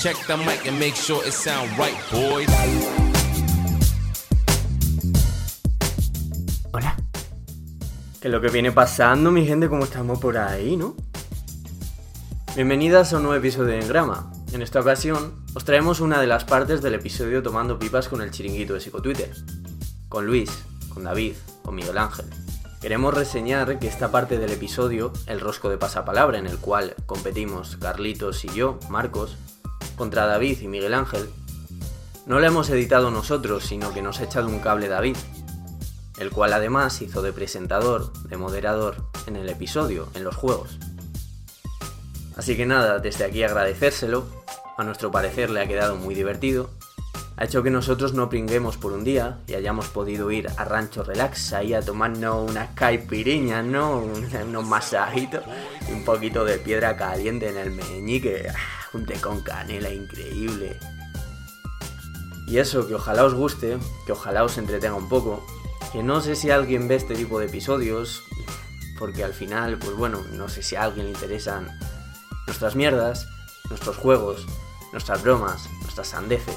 Check the mic and make sure it sound right, boys. Hola. ¿Qué es lo que viene pasando, mi gente? ¿Cómo estamos por ahí, no? Bienvenidas a un nuevo episodio de Engrama. En esta ocasión, os traemos una de las partes del episodio Tomando Pipas con el chiringuito de Psicotwitter. Con Luis, con David, con Miguel Ángel. Queremos reseñar que esta parte del episodio, el rosco de pasapalabra en el cual competimos Carlitos y yo, Marcos, contra David y Miguel Ángel, no la hemos editado nosotros, sino que nos ha echado un cable David, el cual además hizo de presentador, de moderador, en el episodio, en los juegos. Así que nada, desde aquí agradecérselo, a nuestro parecer le ha quedado muy divertido, ha hecho que nosotros no pringuemos por un día y hayamos podido ir a Rancho Relaxa y a tomarnos unas caipiriñas, ¿no? Un- unos masajitos y un poquito de piedra caliente en el meñique, Ah, un té con canela increíble. Y eso, que ojalá os guste, que ojalá os entretenga un poco, que no sé si alguien ve este tipo de episodios, porque al final, pues bueno, no sé si a alguien le interesan nuestras mierdas, nuestros juegos, nuestras bromas, nuestras sandeces.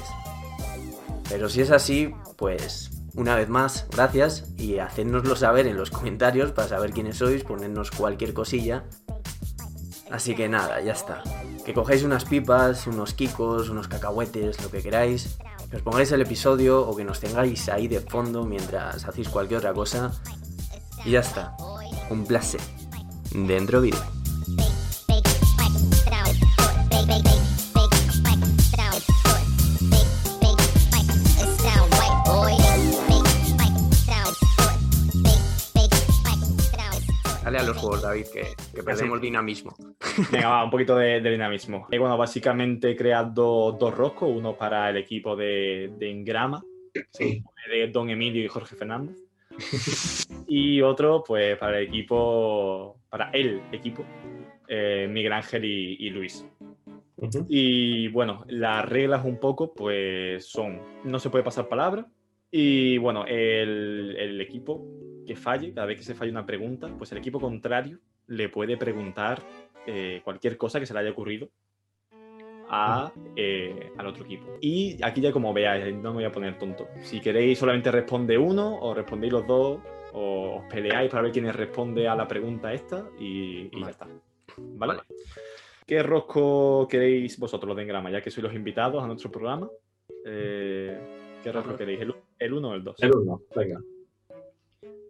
Pero si es así, pues una vez más, gracias y hacednoslo saber en los comentarios para saber quiénes sois, ponernos cualquier cosilla. Así que nada, ya está. Que cogáis unas pipas, unos kikos, unos cacahuetes, lo que queráis. Que os pongáis el episodio o que nos tengáis ahí de fondo mientras hacéis cualquier otra cosa. Y ya está. Un placer. Dentro vídeo. Dale a los juegos, David, que, que perdemos dinamismo. Venga, va, un poquito de, de dinamismo. Y bueno, básicamente creas dos dos roscos, uno para el equipo de, de Ingrama, de Don Emilio y Jorge Fernández, y otro pues para el equipo, para el equipo, eh, Miguel Ángel y, y Luis. Y bueno, las reglas un poco pues son, no se puede pasar palabra, y bueno, el, el equipo que falle, cada vez que se falle una pregunta, pues el equipo contrario le puede preguntar eh, cualquier cosa que se le haya ocurrido a, eh, al otro equipo. Y aquí ya como veáis, no me voy a poner tonto. Si queréis solamente responde uno o respondéis los dos o os peleáis para ver quién responde a la pregunta esta y, y ya Vale. está. Vale. ¿Vale? ¿Qué rosco queréis vosotros los de Engrama? Ya que sois los invitados a nuestro programa. Eh, ¿Qué rosco Ajá. queréis? ¿El, u- el uno o el dos? El uno, venga.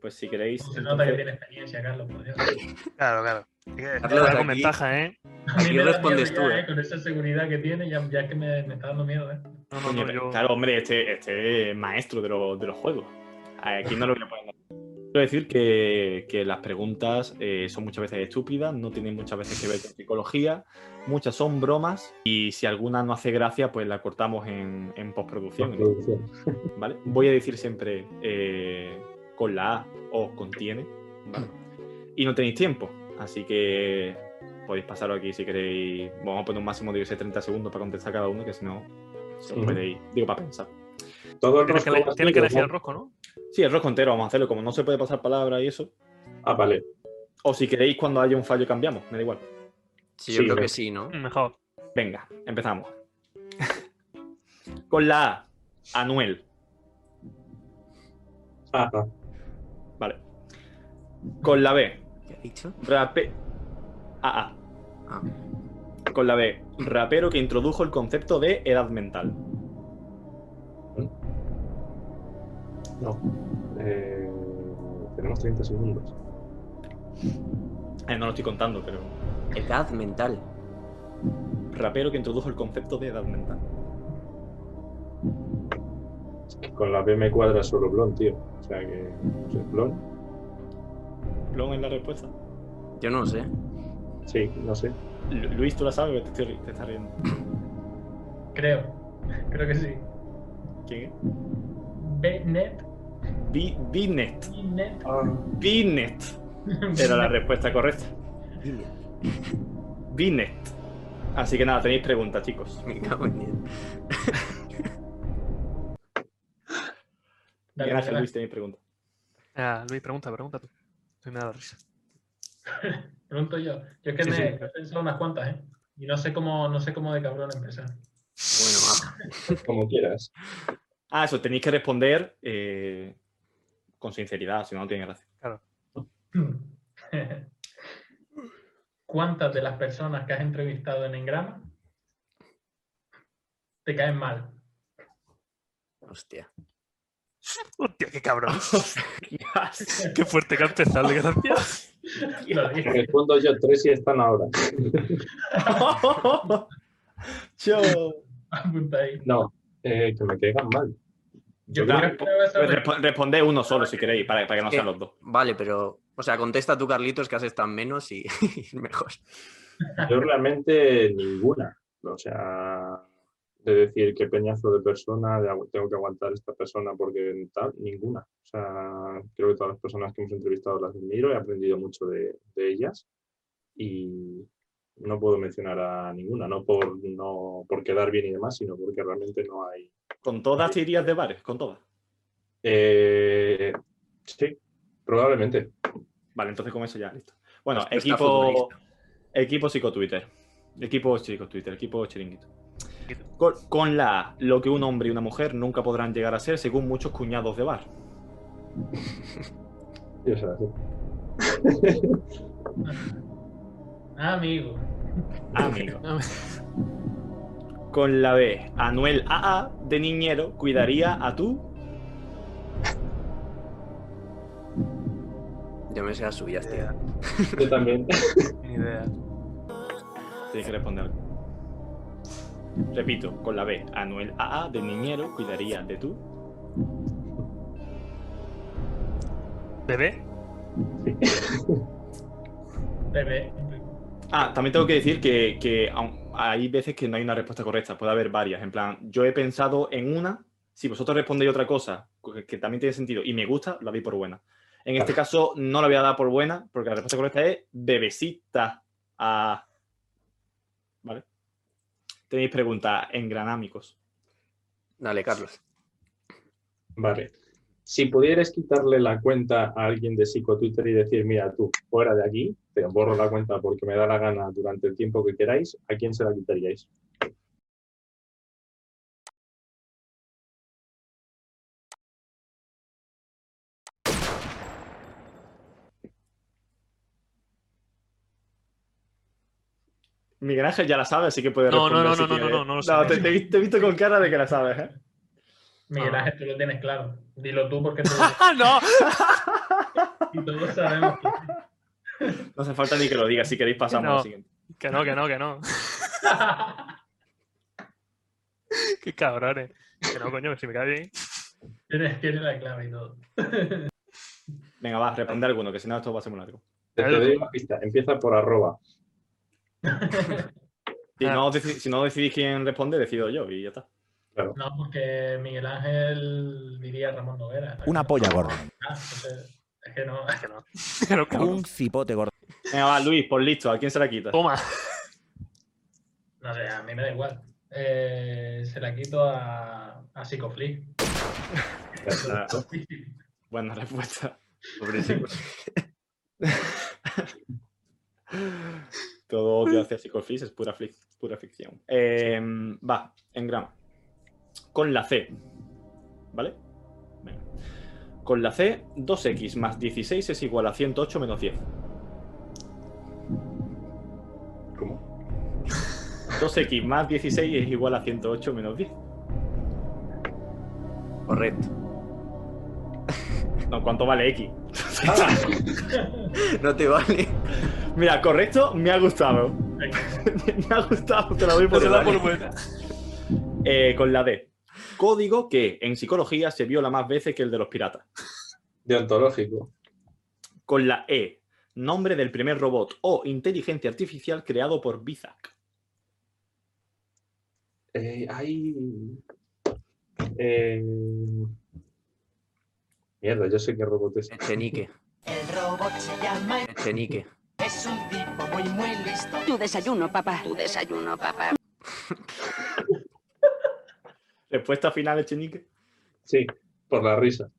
Pues si queréis... Se nota que entonces- tiene experiencia, Carlos, por Dios. Claro, claro. Es que Carlos, te da con aquí- ventaja, ¿eh? A mí Aquí me da respondes miedo tú, ya, eh. Con esa seguridad que tiene, ya, ya es que me, me está dando miedo, ¿eh? No, no, Coño, no, yo... Claro, hombre, este, este es maestro de, lo- de los juegos. Aquí no lo voy a poner. Quiero decir que, que las preguntas eh, son muchas veces estúpidas, no tienen muchas veces que ver con psicología, muchas son bromas y si alguna no hace gracia, pues la cortamos en, en postproducción. Producción. ¿vale? Voy a decir siempre eh, con la A o contiene, ¿vale? Y no tenéis tiempo, así que podéis pasarlo aquí si queréis. Vamos a poner un máximo de yo qué sé, 30 segundos para contestar cada uno, que si no, se os Sí. puede ir. Digo, para pensar. Todo el Tienes que, rosco ele- vacío, tienes que elegir ¿no? el rosco, ¿no? Sí, el rosco entero, vamos a hacerlo, como no se puede pasar palabra y eso. Ah, vale. O si queréis, cuando haya un fallo cambiamos, me da igual. Sí, yo Sí, creo sí. que sí, ¿no? Mm, Mejor. Venga, empezamos. Con la A, Anuel. Ah, ah. Vale. Con la B, ¿Qué ha dicho? rape... Ah. Ah, ah. Con la B, rapero que introdujo el concepto de edad mental. No. Eh, tenemos 30 segundos. Eh, no lo estoy contando, pero... Edad mental. Rapero que introdujo el concepto de edad mental. Con la B me cuadra solo Blon, tío. O sea que. o sea, Blon. ¿Plon es la respuesta? Yo no sé. Sí, no sé. Lu- Luis, tú la sabes, te, estoy ri- te estás riendo. Creo. Creo que sí. ¿Quién Bnet. es? Bi- Binet. Net. Binet. Era la respuesta correcta. Dime. Binet. Así que nada, tenéis preguntas, chicos. Me cago en diez. Dale, Gracias, dale. Luis, tenéis preguntas. Ah, Luis, pregunta, pregunta tú. Estoy me da la risa. Pregunto yo. Yo es que Sí, me sí. he pensado unas cuantas, ¿eh? Y no sé cómo, no sé cómo de cabrón empezar. Bueno, ah, como quieras. Ah, eso, tenéis que responder eh, con sinceridad, si no, no tiene gracia. ¿Cuántas de las personas que has entrevistado en Engrama te caen mal? hostia. Hostia, qué cabrón. qué fuerte que ha empezado, gracias. Lo dije. Respondo yo tres y están ahora. Yo, Apunta ahí. No, eh, que me caigan mal. Yo creo creo que que debe pues ser- resp- responded uno solo si queréis, para, para que no Sí. sean los dos. Vale, pero. O sea, contesta tú, Carlitos, que has estado en menos y, y mejor. Yo realmente ninguna. O sea, de decir qué peñazo de persona, de agu- tengo que aguantar esta persona porque tal, ninguna. O sea, creo que todas las personas que hemos entrevistado las admiro, he aprendido mucho de, de ellas y no puedo mencionar a ninguna, no por, no por quedar bien y demás, sino porque realmente no hay. Con todas te irías de bares, con todas. Eh, sí, probablemente. Vale, entonces con eso ya, listo. Bueno, Respuesta equipo, futbolista. equipo psicotwitter. Equipo psicotwitter, equipo chiringuito. Con, con la A, lo que un hombre y una mujer nunca podrán llegar a ser según muchos cuñados de bar. Sí, o sea, sí. Ah, Amigo. Amigo. Con la B, Anuel AA de niñero cuidaría a tú. Yo me sé las suyas, Ni tío. idea, Yo también. ni idea. Tienes que responder. Repito, con la B, Anuel AA de niñero cuidaría de tú. ¿Bebé? Bebé. Ah, también tengo que decir que, que aun- hay veces que no hay una respuesta correcta, puede haber varias. En plan, yo he pensado en una, si vosotros respondéis otra cosa co- que también tiene sentido y me gusta, la doy por buena. En este caso, no la voy a dar por buena, porque la respuesta correcta es bebecita. Ah, ¿Vale? Tenéis preguntas en granámicos. Dale, Carlos. Vale. Si pudieras quitarle la cuenta a alguien de psicotwitter y decir, mira, tú, fuera de aquí, te borro la cuenta porque me da la gana durante el tiempo que queráis, ¿a quién se la quitaríais? Miguel Ángel ya la sabe, así que puede No, no, responder. no, si no, no, quiere. no, no lo sé. te, te he visto- te he visto con cara de que la sabes, ¿eh? Miguel Ah. Ángel, tú lo tienes claro. Dilo tú porque tú, ¡Ah, no! y todos sabemos que sí. No hace falta ni que lo diga, si queréis pasamos No. al siguiente. Que no, que no, que no. Qué cabrones. Que no, coño, que si me cae bien. tienes, tienes la clave y todo. Venga, va, responde alguno, que si no esto va a ser muy largo. Te Claro, doy tú- la pista, empieza por arroba. Si, Ah. no, deci- si no decidís quién responde, decido yo y ya está. No, porque Miguel Ángel diría Ramón Noguera. ¿sabes? Una polla gorda. Ah, entonces, es que no. Que no. Que no, cabrón. Un cipote gordo. Venga, va, Luis, por listo, ¿a quién se la quita? Oh. Toma. No sé, a mí me da igual. Eh, se la quito a, a Psicoflip. Ah. Claro. Buena respuesta. Pobre chico. Todo odio hacia Psicofis es pura, flic- pura ficción. Eh, Va, en grama. Con la C. ¿Vale? Venga. Con la C, 2x más 16 es igual a 108 menos 10. ¿Cómo? 2x más 16 es igual a 108 menos 10. Correcto. No, ¿cuánto vale X? No te vale. Mira, correcto, me ha gustado. me ha gustado, te la doy por Se da buena. por buena. Eh, con la D. Código que en psicología se viola más veces que el de los piratas. Deontológico. Con la E. Nombre del primer robot o inteligencia artificial creado por Bizak. Eh, hay. eh, Mierda, yo sé que robot es. Echenique. El robot se llama, Echenique. es un tipo muy muy listo. Tu desayuno, papá. Tu desayuno, papá. Respuesta final, Echenique. Sí, por la risa.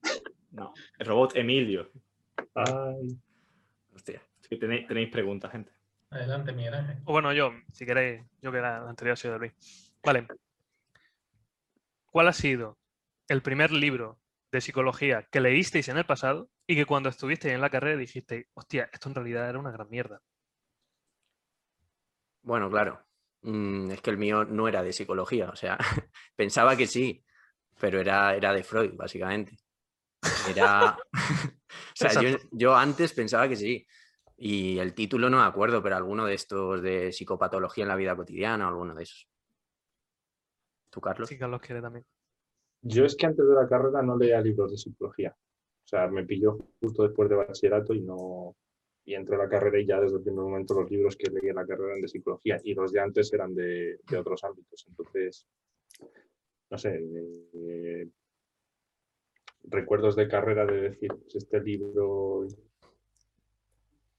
No. El robot Emilio. Ay, Hostia. Así que tenéis, tenéis preguntas, gente. Adelante, Miguel Ángel. O bueno, yo, si queréis, yo que la, la anterior ha sido de Luis. Vale. ¿Cuál ha sido el primer libro de psicología que leísteis en el pasado y que cuando estuvisteis en la carrera dijisteis, hostia, esto en realidad era una gran mierda? Bueno, claro. Mm, es que el mío no era de psicología, o sea, pensaba que sí, pero era, era de Freud, básicamente. Era. o sea, yo, yo antes pensaba que sí. Y el título no me acuerdo, pero alguno de estos de psicopatología en la vida cotidiana, alguno de esos. ¿Tú, Carlos? Sí, Carlos quiere también. Yo es que antes de la carrera no leía libros de psicología. O sea, me pilló justo después de bachillerato y no. Y entré a la carrera y ya desde el primer momento los libros que leí en la carrera eran de psicología y los de antes eran de, de otros ámbitos. Entonces, no sé, eh, recuerdos de carrera de decir, pues este libro.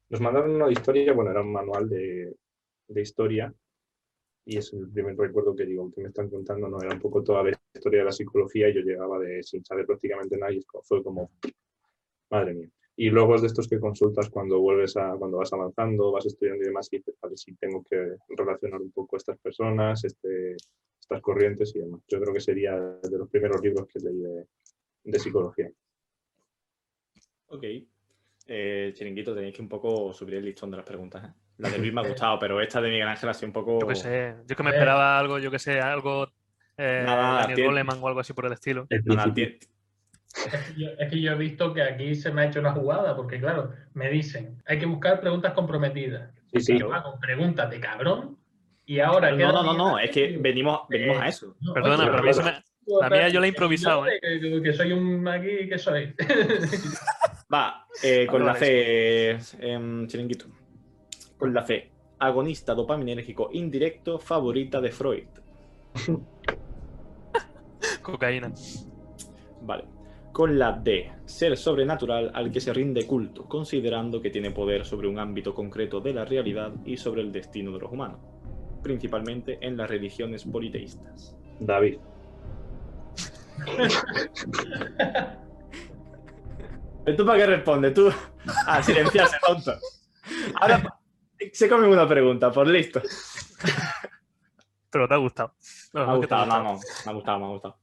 Nos mandaron una historia, bueno, era un manual de, de historia y es el primer recuerdo que digo, que me están contando, no, era un poco toda la historia de la psicología y yo llegaba de sin saber prácticamente nada y es como- fue como, madre mía. Y luego es de estos que consultas cuando vuelves a, cuando vas avanzando, vas estudiando y demás, y dices, vale, sí, tengo que relacionar un poco a estas personas, este, estas corrientes y demás. Yo creo que sería de los primeros libros que leí de, de psicología. Ok. Eh, chiringuito, tenéis que un poco subir el listón de las preguntas. ¿eh? La de Luis me ha gustado, pero esta de Miguel Ángel ha sido un poco. Yo qué sé, yo que me Eh. esperaba algo, yo que sé, algo eh, Nada, Daniel tiene- Goleman o algo así por el estilo. No, no, tie- Es que, yo, es que yo he visto que aquí se me ha hecho una jugada, porque claro, me dicen, hay que buscar preguntas comprometidas. Sí, sí. Yo hago preguntas de cabrón y ahora... no, queda no, no, Miguel no, Ángel es que y- venimos, venimos a eso. No, eh, Perdona, oye, pero a mí se me- la mía yo la he improvisado, ¿eh? Que, que- que soy un aquí, que soy. Va, eh, con la Valores. C, em, chiringuito. Con la C. Agonista dopaminérgico indirecto favorita de Freud. Cocaína. Vale. Con la D. Ser sobrenatural al que se rinde culto, considerando que tiene poder sobre un ámbito concreto de la realidad y sobre el destino de los humanos. Principalmente en las religiones politeístas. David. ¿Y ¿Tú para qué respondes? Tú. Ah, silenciarse, tonto. Ahora pa- se come una pregunta, por listo. Pero te ha gustado. No, Me ha no, que te gustado, no, no, me ha gustado, me ha gustado.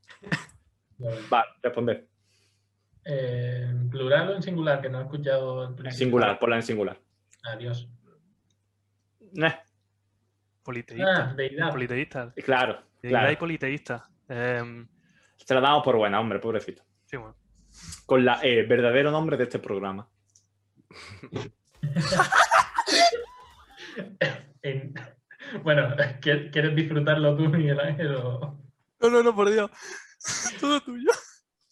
Vale, responder. Eh, ¿En plural o en singular? Que no he escuchado el En principio. singular, ponla en singular. Adiós. Eh, Ah, Politeísta. deidad. Politeísta. claro, Deidad y claro. politeísta. Em, Se la damos por buena, hombre, pobrecito. sí, bueno. Con la E, verdadero nombre de este programa. En- Bueno, ¿quie- ¿quieres disfrutarlo tú, Miguel Ángel? O... No, no, no, por Dios. Todo tuyo.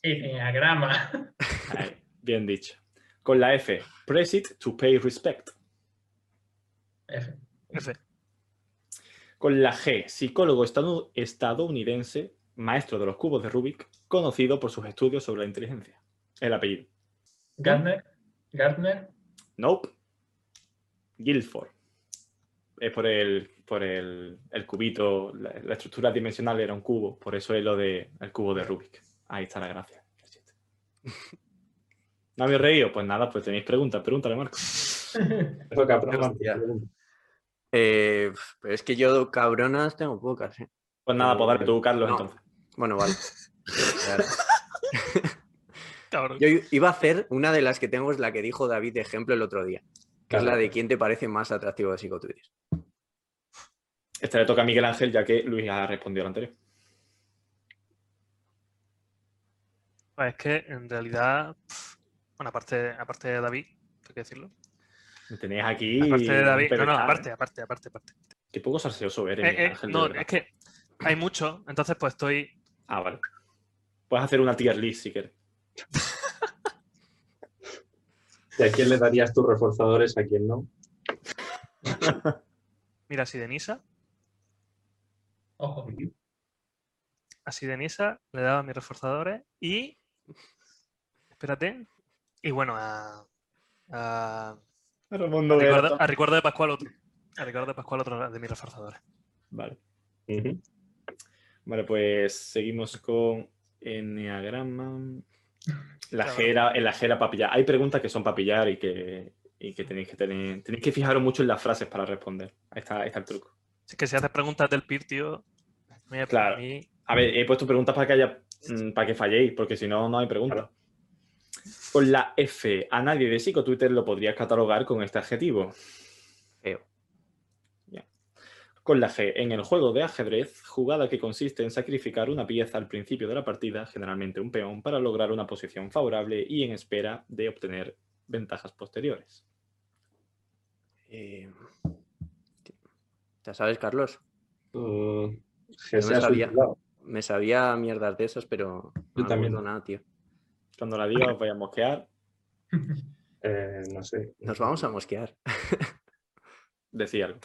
Enneagrama. Ahí, bien dicho. Con la F, press it to pay respect. F. F. Con la G, psicólogo estadu- estadounidense, maestro de los cubos de Rubik, conocido por sus estudios sobre la inteligencia. El apellido. Gardner. Gardner. Nope. Guilford. Es por el, por el, el cubito, la, la estructura dimensional era un cubo, por eso es lo del cubo de Rubik. Ahí está la gracia. ¿No habéis reído? Pues nada, pues tenéis preguntas, pregúntale, Marco. Me toca, pero no, Hostia. pregunta. Eh, pero es que yo cabronas tengo pocas. ¿eh? Pues nada, pues dale tú, Carlos, No. entonces. Bueno, vale. Claro. Cabrón. Yo i- iba a hacer una de las que tengo, es la que dijo David de ejemplo el otro día, que es la de quién te parece más atractivo de psicotwitter. Esta Este le toca a Miguel Ángel, ya que Luis ha respondido la anterior. Pues es que en realidad, pf, bueno, aparte, aparte de David, tengo que decirlo. Me Tenéis aquí. Aparte de David. un No, no, pedestal, aparte, ¿eh? aparte, aparte, aparte. Qué poco sarcioso eres, Eh, Miguel eh, Ángel, de no, verdad. es que hay muchos, entonces pues estoy Ah, vale. Puedes hacer una tier list si quieres. ¿Y a quién le darías tus reforzadores, a quién no? Mira, así de Nisa, Ojo. así de Nisa, le daba mis reforzadores y. Espérate. Y bueno, a. A, Ramondo a Vera, Ricardo, toma. a Ricardo de Pascual otro. A Ricardo de Pascual otro de mis reforzadores. Vale. Ujú. Vale, pues seguimos con Enneagrama. La Claro. jera, en la jera papillar. Hay preguntas que son papillar y que, y que tenéis que tener. Tenéis que fijaros mucho en las frases para responder. Ahí está, ahí está el truco. Así que si haces preguntas del PIR, tío. a mí- a Claro. mí- A ver, he puesto preguntas para que haya mm, para que falléis, porque si no, no hay preguntas. Con la F, a nadie de psico Twitter lo podrías catalogar con este adjetivo. Feo. Ya. Con la G, en el juego de ajedrez, jugada que consiste en sacrificar una pieza al principio de la partida, generalmente un peón, para lograr una posición favorable y en espera de obtener ventajas posteriores. Eh, ¿Ya sabes, Carlos? Mm, me que sea sabía. suicidado. Me sabía mierdas de esas, pero Yo me también. acuerdo nada, tío. Cuando la diga os vaya a mosquear, Eh, no sé. Nos vamos a mosquear. decía algo.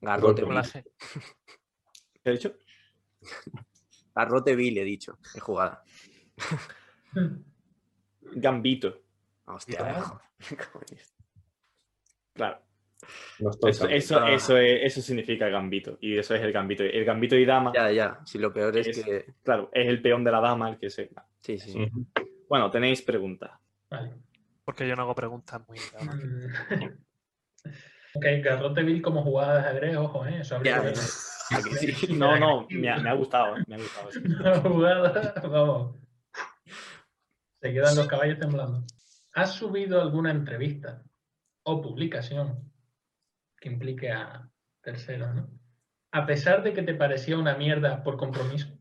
Garrote, Con la vil. G. ¿Qué he dicho? Garrote vil, he dicho. He jugado. Gambito. Hostia, Claro. hijo. ¿Cómo es? Claro. Nos toca. Eso, eso, Ah. eso, es- eso significa gambito. Y eso es el gambito. El gambito y dama, ya, ya. Si lo peor es Es- que. claro, es el peón de la dama el que se. Sí, sí. sí. Ujú. Bueno, tenéis preguntas. Vale. Porque yo no hago preguntas muy. Mm. ok, Garrote Bill como jugada de ajedrez, ojo, ¿eh? Eso habría Ya, ya. que ver. ¿A que sí? Ah, No, no, me ha, me ha gustado. eh, Me ha gustado. sí. Una jugada, vamos. Se quedan los caballos temblando. ¿Has subido alguna entrevista o publicación que implique a terceros, no? A pesar de que te parecía una mierda por compromiso.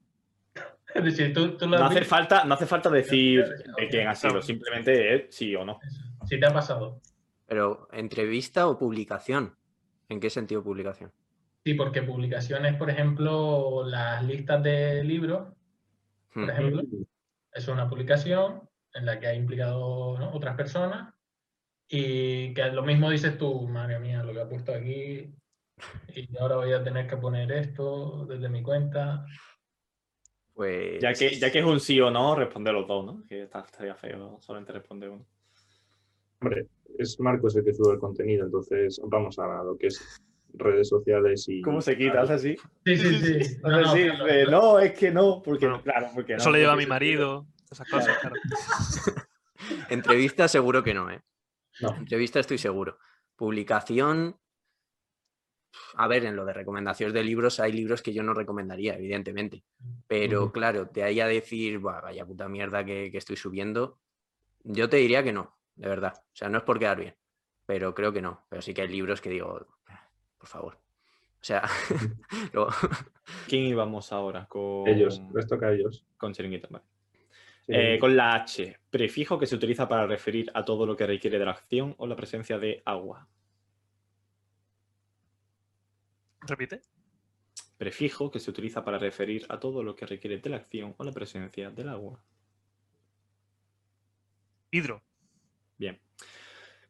Es decir, tú, tú lo has No hace visto, falta, no hace falta decir de quién ha sido, simplemente es sí o no. si te ha pasado. Pero, ¿entrevista o publicación? ¿En qué sentido publicación? Sí, porque publicaciones, por ejemplo, las listas de libros, Hmm. por ejemplo, es una publicación en la que ha implicado ¿no? otras personas y que lo mismo dices tú, madre mía, lo que ha puesto aquí y ahora voy a tener que poner esto desde mi cuenta. Pues. Ya que, ya que es un sí o no, responde los dos, ¿no? Que está- estaría feo, solamente responde uno. Hombre, es Marcos el que sube el contenido, entonces vamos a lo que es redes sociales y. ¿Cómo se quita? Hace así. Sí, sí, sí. Hace así, claro, eh, claro. No, es que no, porque Bueno, claro, porque Eso no. le lleva a mi marido, esas cosas, claro. Entrevista seguro que no, ¿eh? No. Entrevista estoy seguro. Publicación. A ver, en lo de recomendaciones de libros hay libros que yo no recomendaría, evidentemente. Pero Ujú. claro, de ahí a decir, "Buah, vaya puta mierda que, que estoy subiendo, yo te diría que no, de verdad. O sea, no es por quedar bien, pero creo que no. Pero sí que hay libros que digo, "Ah, por favor. O sea, luego- ¿Quién íbamos ahora? Con... Ellos, les toca a ellos. Con chiringuito, vale. Sí. Eh, con la H, prefijo que se utiliza para referir a todo lo que requiere de la acción o la presencia de agua. Repite. Prefijo que se utiliza para referir a todo lo que requiere de la acción o la presencia del agua. Hidro. Bien.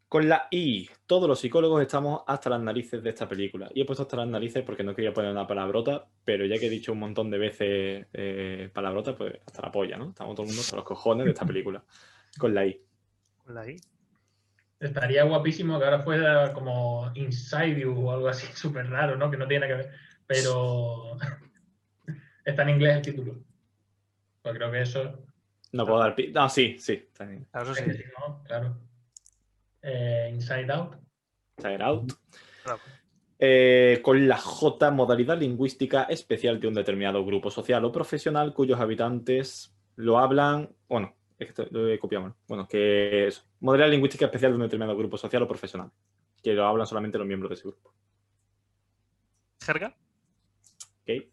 Con la I, todos los psicólogos estamos hasta las narices de esta película. Y he puesto hasta las narices porque no quería poner una palabrota, pero ya que he dicho un montón de veces eh, palabrota, pues hasta la polla, ¿no? Estamos todo el mundo hasta los cojones de esta película. Con la I. Con la I. Estaría guapísimo que ahora fuera como Inside You o algo así súper raro, ¿no? Que no tiene nada que ver. Pero está en inglés el título. Pues creo que eso No puedo dar... pi- Ah, sí, sí. Está bien. Claro, eso es sí. que si no, claro. Eh, inside Out. Está out. Bravo. Eh, con la J, modalidad lingüística especial de un determinado grupo social o profesional cuyos habitantes lo hablan. Bueno, es que esto lo he copiado mal. Bueno, que es modalidad lingüística especial de un determinado grupo social o profesional, que lo hablan solamente los miembros de ese grupo. Jerga. ¿ok?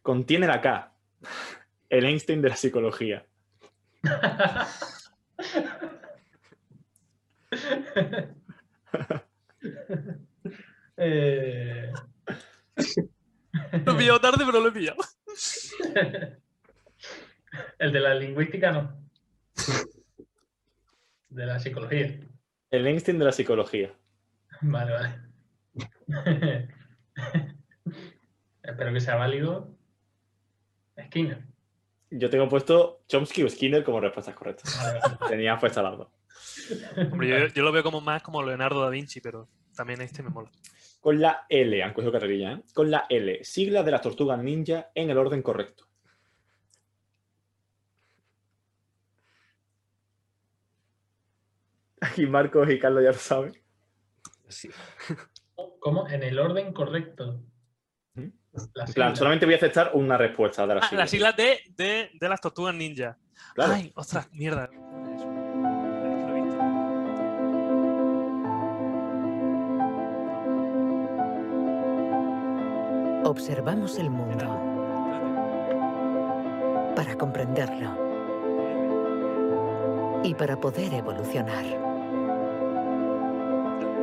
Contiene la K, el Einstein de la psicología. Eh, Lo he pillado tarde, pero lo he pillado. el de la lingüística no. De la psicología. El Einstein de la psicología. Vale, vale. Espero que sea válido. Skinner. Yo tengo puesto Chomsky o Skinner como respuestas correctas. Vale, vale. Tenía puesta las dos. Hombre, yo, yo lo veo como más como Leonardo da Vinci, pero también este me mola. Con la L, han cogido carrerilla, ¿eh? Con la L, sigla de las tortugas ninja en el orden correcto. Aquí Marcos y Carlos ya lo saben. Sí. ¿Cómo? En el orden correcto. ¿Mm? La En plan, sigla. solamente voy a aceptar una respuesta de la Ah, sigla. las siglas de, de, de las tortugas ninja. Claro. Ay, ostras, mierda. Es que lo he visto. Observamos el mundo Espérate. para comprenderlo y para poder evolucionar.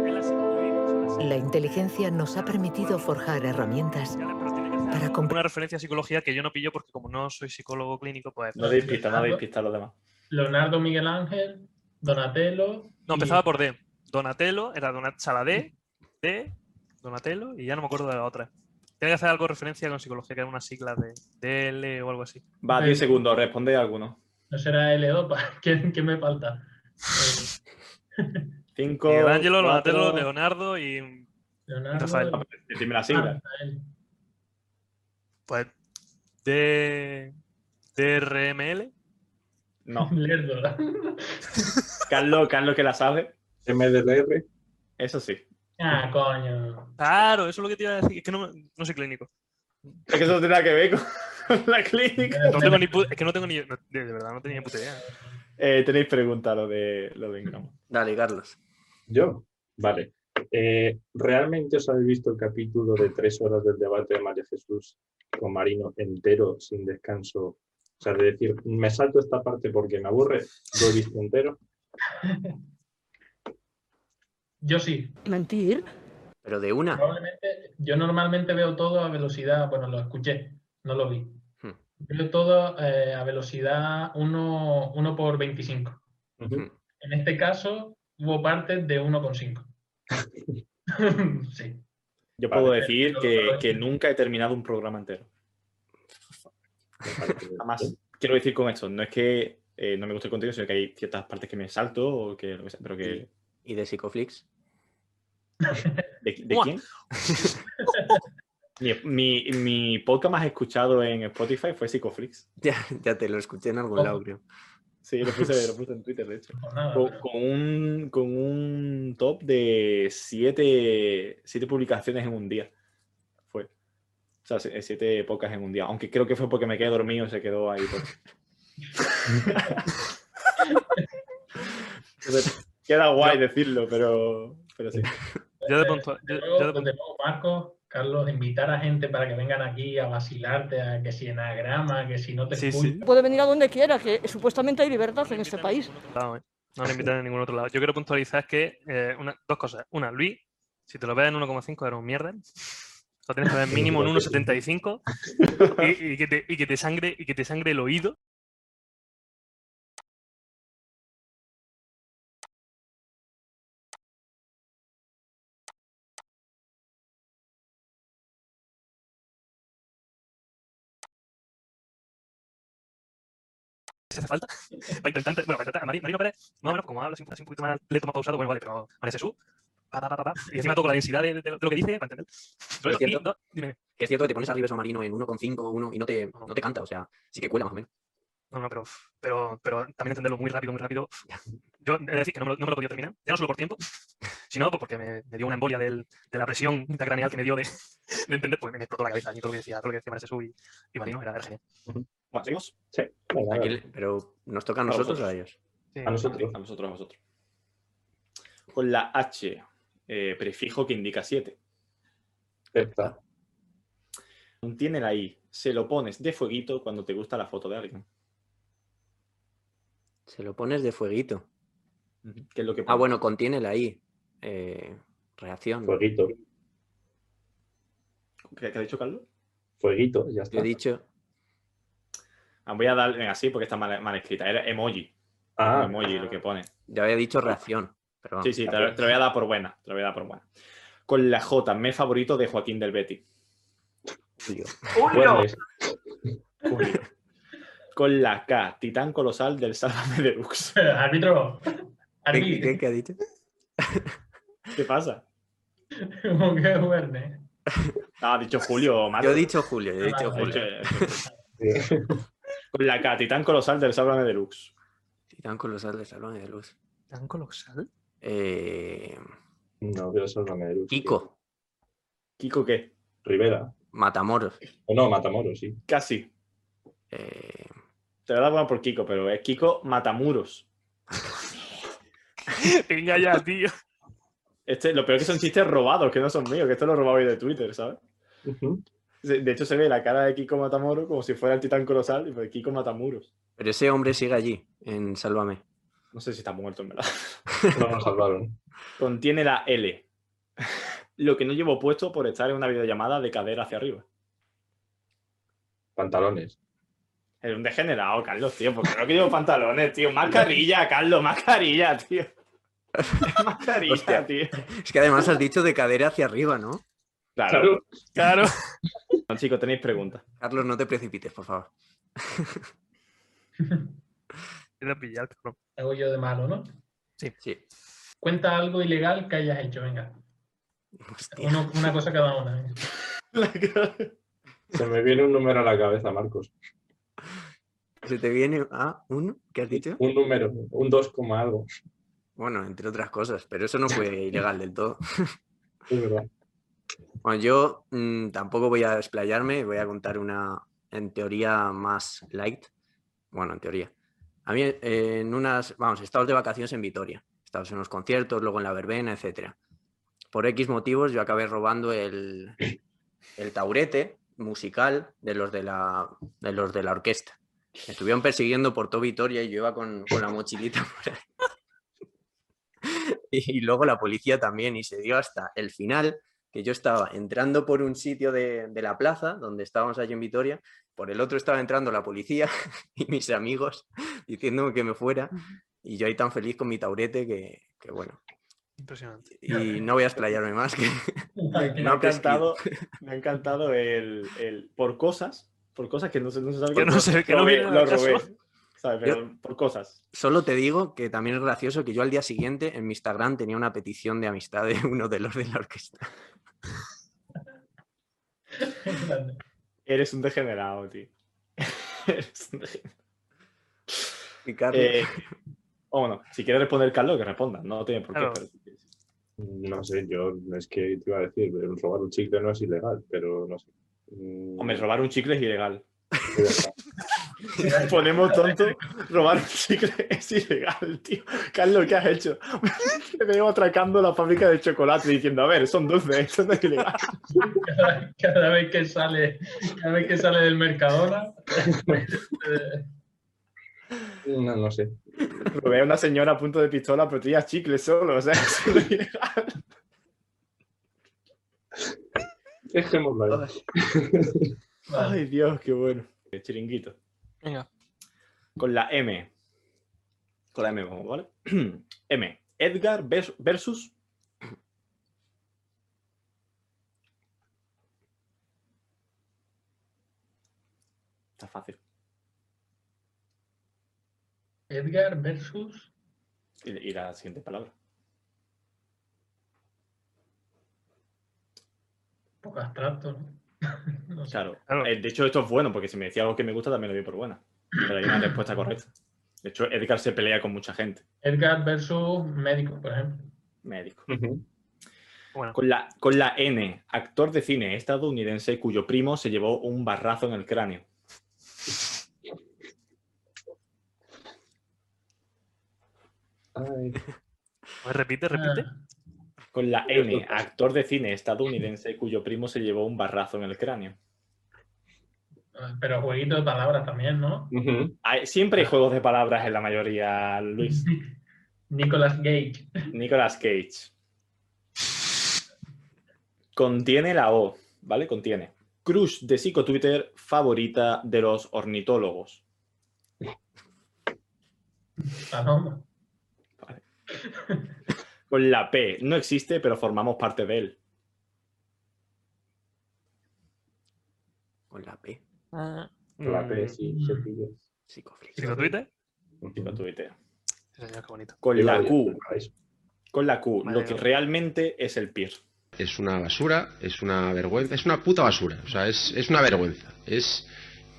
Es la sigla, lo he visto, es la sigla. La inteligencia nos ha permitido forjar herramientas Pero tiene que ser para compre- Una referencia a psicología que yo no pillo porque como no soy psicólogo clínico, pues... No deis pistas, no deis pistas a los demás. Leonardo Miguel Ángel, Donatello. y- No, empezaba por D. Donatello, era Donat Sala D, D, Donatello, y ya no me acuerdo de la otra. Tiene que hacer algo de referencia con psicología, que era una sigla de DL o algo así. Va, 10 Sí. segundos, responde alguno. No será L-Dopa. ¿Quién, quién me falta? Eh, 5. Miguel Ángelo, Donatello, Leonardo y. Leonardo. Rafael. Dime la Ah, sigla. Rafael. Pues. D. DRML. No. Lerdo. Carlos, Carlos que la sabe, MDLR, eso sí. Ah, coño. Claro, eso es lo que te iba a decir. Es que no, me- no soy clínico. Es que eso no tiene nada que ver con la clínica. No tengo ni pu- es que no tengo ni. no- de de verdad, no tenía ni puta idea. Eh, tenéis preguntas lo de, lo de Ingram. Dale, Carlos. yo. Vale. Eh, ¿Realmente os habéis visto el capítulo de tres horas del debate de María Jesús con Marino entero, sin descanso? O sea, de decir, me salto esta parte porque me aburre, lo he visto entero. Yo sí. ¿Mentir? Pero de una. Probablemente, yo normalmente veo todo a velocidad, bueno, lo escuché, no lo vi. Hmm. Veo todo eh, a velocidad 1, por 25. Ujú. En este caso, hubo partes de 1,5. sí. Yo puedo Vale. decir que, que nunca he terminado un programa entero. Me parece bien. Además, quiero decir con esto, no es que eh, no me guste el contenido, sino que hay ciertas partes que me salto o que lo que sea, pero que... ¿Y de Psicoflix? ¿De, de Buah. quién? mi, mi, mi podcast más escuchado en Spotify fue Psicoflix. Ya, ya te lo escuché en Oh. algún Ojo. lado, creo. Sí, lo puse, lo puse en Twitter, de hecho. por nada, Con, pero- con un, con un top de siete, siete publicaciones en un día. Fue. O sea, si- siete pocas en un día. Aunque creo que fue porque me quedé dormido, se quedó ahí. por- Entonces, queda guay decirlo, pero, pero sí. Yo de punto. Yo, Desde yo de luego, pues, punto- desde luego, Marcos, Carlos, invitar a gente para que vengan aquí a vacilarte, a que si enagrama, que si no te Sí, escucho. sí. Puede venir a donde quiera, que supuestamente hay libertad en este país. No, eh. No lo invitan a ningún otro lado. Yo quiero puntualizar que eh, una- dos cosas. Una, Luis, si te lo ves en 1,5 eres un mierda. Lo tienes que ver mínimo en 1,75 y, y que te, y que te sangre y que te sangre el oído. Si hace falta, para intentar, bueno, para intentar a Mari- Marino Pérez, más o menos como habla, así un así un poquito más lento, más pausado, bueno, vale, pero María Jesús, pa, pa, pa, pa, y encima toco la densidad de, de- de lo que dice, para entender. Lo Y, siento. no, dime. Que es cierto que te pones arriba a Marino en 1,5 1 y no te, no te canta, o sea, sí que cuela más o menos. No, no, pero, pero, pero también entenderlo muy rápido, muy rápido. Yo, es decir, que no me, lo, no me lo he podido terminar, ya no solo por tiempo, sino pues porque me, me dio una embolia del- de la presión intracraneal que me dio de, de entender, pues me, me explotó la cabeza y todo lo que decía, todo lo que decía María Jesús y, y Marino era, era genial. Bueno, ¿seguimos? Sí, venga, Aquí venga. le- pero nos toca a nosotros o a ellos. Sí. A nosotros. A vosotros, a vosotros. Con la H, eh, prefijo que indica 7. Acepta. Contiene la I. Se lo pones de fueguito cuando te gusta la foto de alguien. Se lo pones de fueguito. ¿Qué es lo que Ah, pone? bueno, contiene la I. Eh, reacción. Yo Fueguito, ¿Qué, qué ha dicho Carlos? fueguito, ya está. he dicho. Ah, voy a darle así porque está mal, mal escrita. Era emoji. Ah, Un emoji lo que pone. Ya había dicho reacción. Pero Sí, vamos. sí, te, lo- te lo voy a dar por buena. Te lo voy a dar por buena. Con la J, me favorito de Joaquín del Betty. Julio. bueno, Julio. Con la K, titán colosal del Sálvame Deluxe. Árbitro. ¿Qué- qué- qué- Árbitro. qué ha dicho? ¿Qué pasa? Como que duerme. Ah, ha dicho Julio, Marco. Yo he dicho Julio, yo he dicho Ha dicho- eh, Julio. sí. Con la K, titán colosal del Sálvame Deluxe. Titán colosal de Salón de Luz. ¿Tan colosal? Eh, No, pero eso es Romero. Kiko. ¿Kiko qué? Rivera. Matamoros. O no, Matamoros, sí. Casi. Eh, Te lo daba por Kiko, pero es Kiko Matamuros. Venga ya, tío. Este, lo peor es que son chistes robados, que no son míos, que esto lo robaba hoy de Twitter, ¿sabes? Ujú. Se- De hecho, se ve la cara de Kiko Matamoro como si fuera el titán colosal y fue Kiko Matamuros. pero ese hombre sigue allí, en Sálvame. No sé si está muerto, en verdad. No nos salvaron. Contiene la L. Lo que no llevo puesto por estar en una videollamada de cadera hacia arriba. Pantalones. Eres un degenerado, Carlos, tío. Porque no que llevo pantalones, tío. Mascarilla, Carlos, mascarilla, tío. Mascarilla, Hostia. tío. Es que además has dicho de cadera hacia arriba, ¿no? Claro. Claro. Claro. Bueno, Chicos, tenéis preguntas. Carlos, no te precipites, por favor. Te lo pillé al cabrón. Hago yo de malo, ¿no? Sí. Cuenta algo ilegal que hayas hecho, venga. Hostia. Uno- una cosa cada una. venga. Se me viene un número a la cabeza, Marcos. ¿Se te viene a uno? ¿Qué has dicho? Un número, un 2, coma algo. Bueno, entre otras cosas, pero eso no fue ilegal del todo. Es verdad. Bueno, yo mm, tampoco voy a desplayarme, voy a contar una, en teoría, más light. Bueno, en teoría. A mí, eh, en unas, vamos, he estado de vacaciones en Vitoria. He estado en unos conciertos, luego en la verbena, etcétera. Por X motivos, yo acabé robando el, el taurete musical de los de la, de los de la orquesta. Me estuvieron persiguiendo por todo Vitoria y yo iba con, con la mochilita por ahí. Y luego la policía también, y se dio hasta el final que yo estaba entrando por un sitio de, de la plaza, donde estábamos allí en Vitoria, por el otro estaba entrando la policía y mis amigos diciéndome que me fuera, y yo ahí tan feliz con mi taurete que, que bueno, Impresionante. y no voy a explayarme más. Que... Me No ha ha prescrito. encantado, me ha encantado el, el- por cosas, por cosas que no se, no se sabe Que que no lo- sé, que lo no ve- vienen lo al caso. robé, ¿sabes? Pero por cosas. Solo te digo que también es gracioso que yo al día siguiente en mi Instagram tenía una petición de amistad de uno de los de la orquesta. Grande. Eres un degenerado, tío. Eres un degenerado. Y Carlos, Eh, o bueno, si quieres responder Carlos, que responda. No tiene por qué. Claro. pero- No sé, yo es que te iba a decir, el robar un chicle no es ilegal, pero no sé. Mm, Hombre, robar un chicle es ilegal. ya está. Ponemos tonto, robar un chicle es ilegal, tío. Carlos, ¿qué has hecho? Te veo atracando la fábrica de chocolate diciendo, a ver, son dulces, esto no es ilegal. Cada, cada vez que sale, cada vez que sale del Mercadona, eh, No, no sé. Robé a una señora a punto de pistola, pero tenía chicle solo, o sea, eso no es ilegal. Dejémoslo ahí. vale. Ay, Dios, qué bueno. El Eh, chiringuito. Venga. Con la M. Con la M, vamos, ¿vale? M. Edgar vers- versus. Está fácil. Edgar versus Y, y la siguiente palabra. poco abstracto, ¿no? No sé. Claro. Claro. Eh, de hecho, esto es bueno, porque si me decía algo que me gusta, también lo doy por buena. Pero hay una respuesta correcta. De hecho, Edgar se pelea con mucha gente. Edgar versus médico, por ejemplo. Médico. Ujú. Bueno, Con la, con la N, actor de cine estadounidense cuyo primo se llevó un barrazo en el cráneo. Ay, pues repite, repite. Ah, Con la N, actor de cine estadounidense cuyo primo se llevó un barrazo en el cráneo. ah, pero jueguito de palabras también, ¿no? ujú. Hay- siempre hay juegos de palabras en la mayoría, Luis. Nicolas Gage. Nicolas Cage. Contiene la O, ¿vale? Contiene. Crush de psicotwitter favorita de los ornitólogos. Paloma. Con la P, no existe, pero formamos parte de él. con la P, La P, Mm, sí, se pilla. psicoflix. ¿Sigo Twitter? Psicotwitter. Sí, señor, qué bonito. Con Digo, la ya, Q, para eso. con la Q, Vale, lo que vale. realmente es el PIR. es una basura, es una vergüenza, es una puta basura, o sea, es, es una vergüenza, es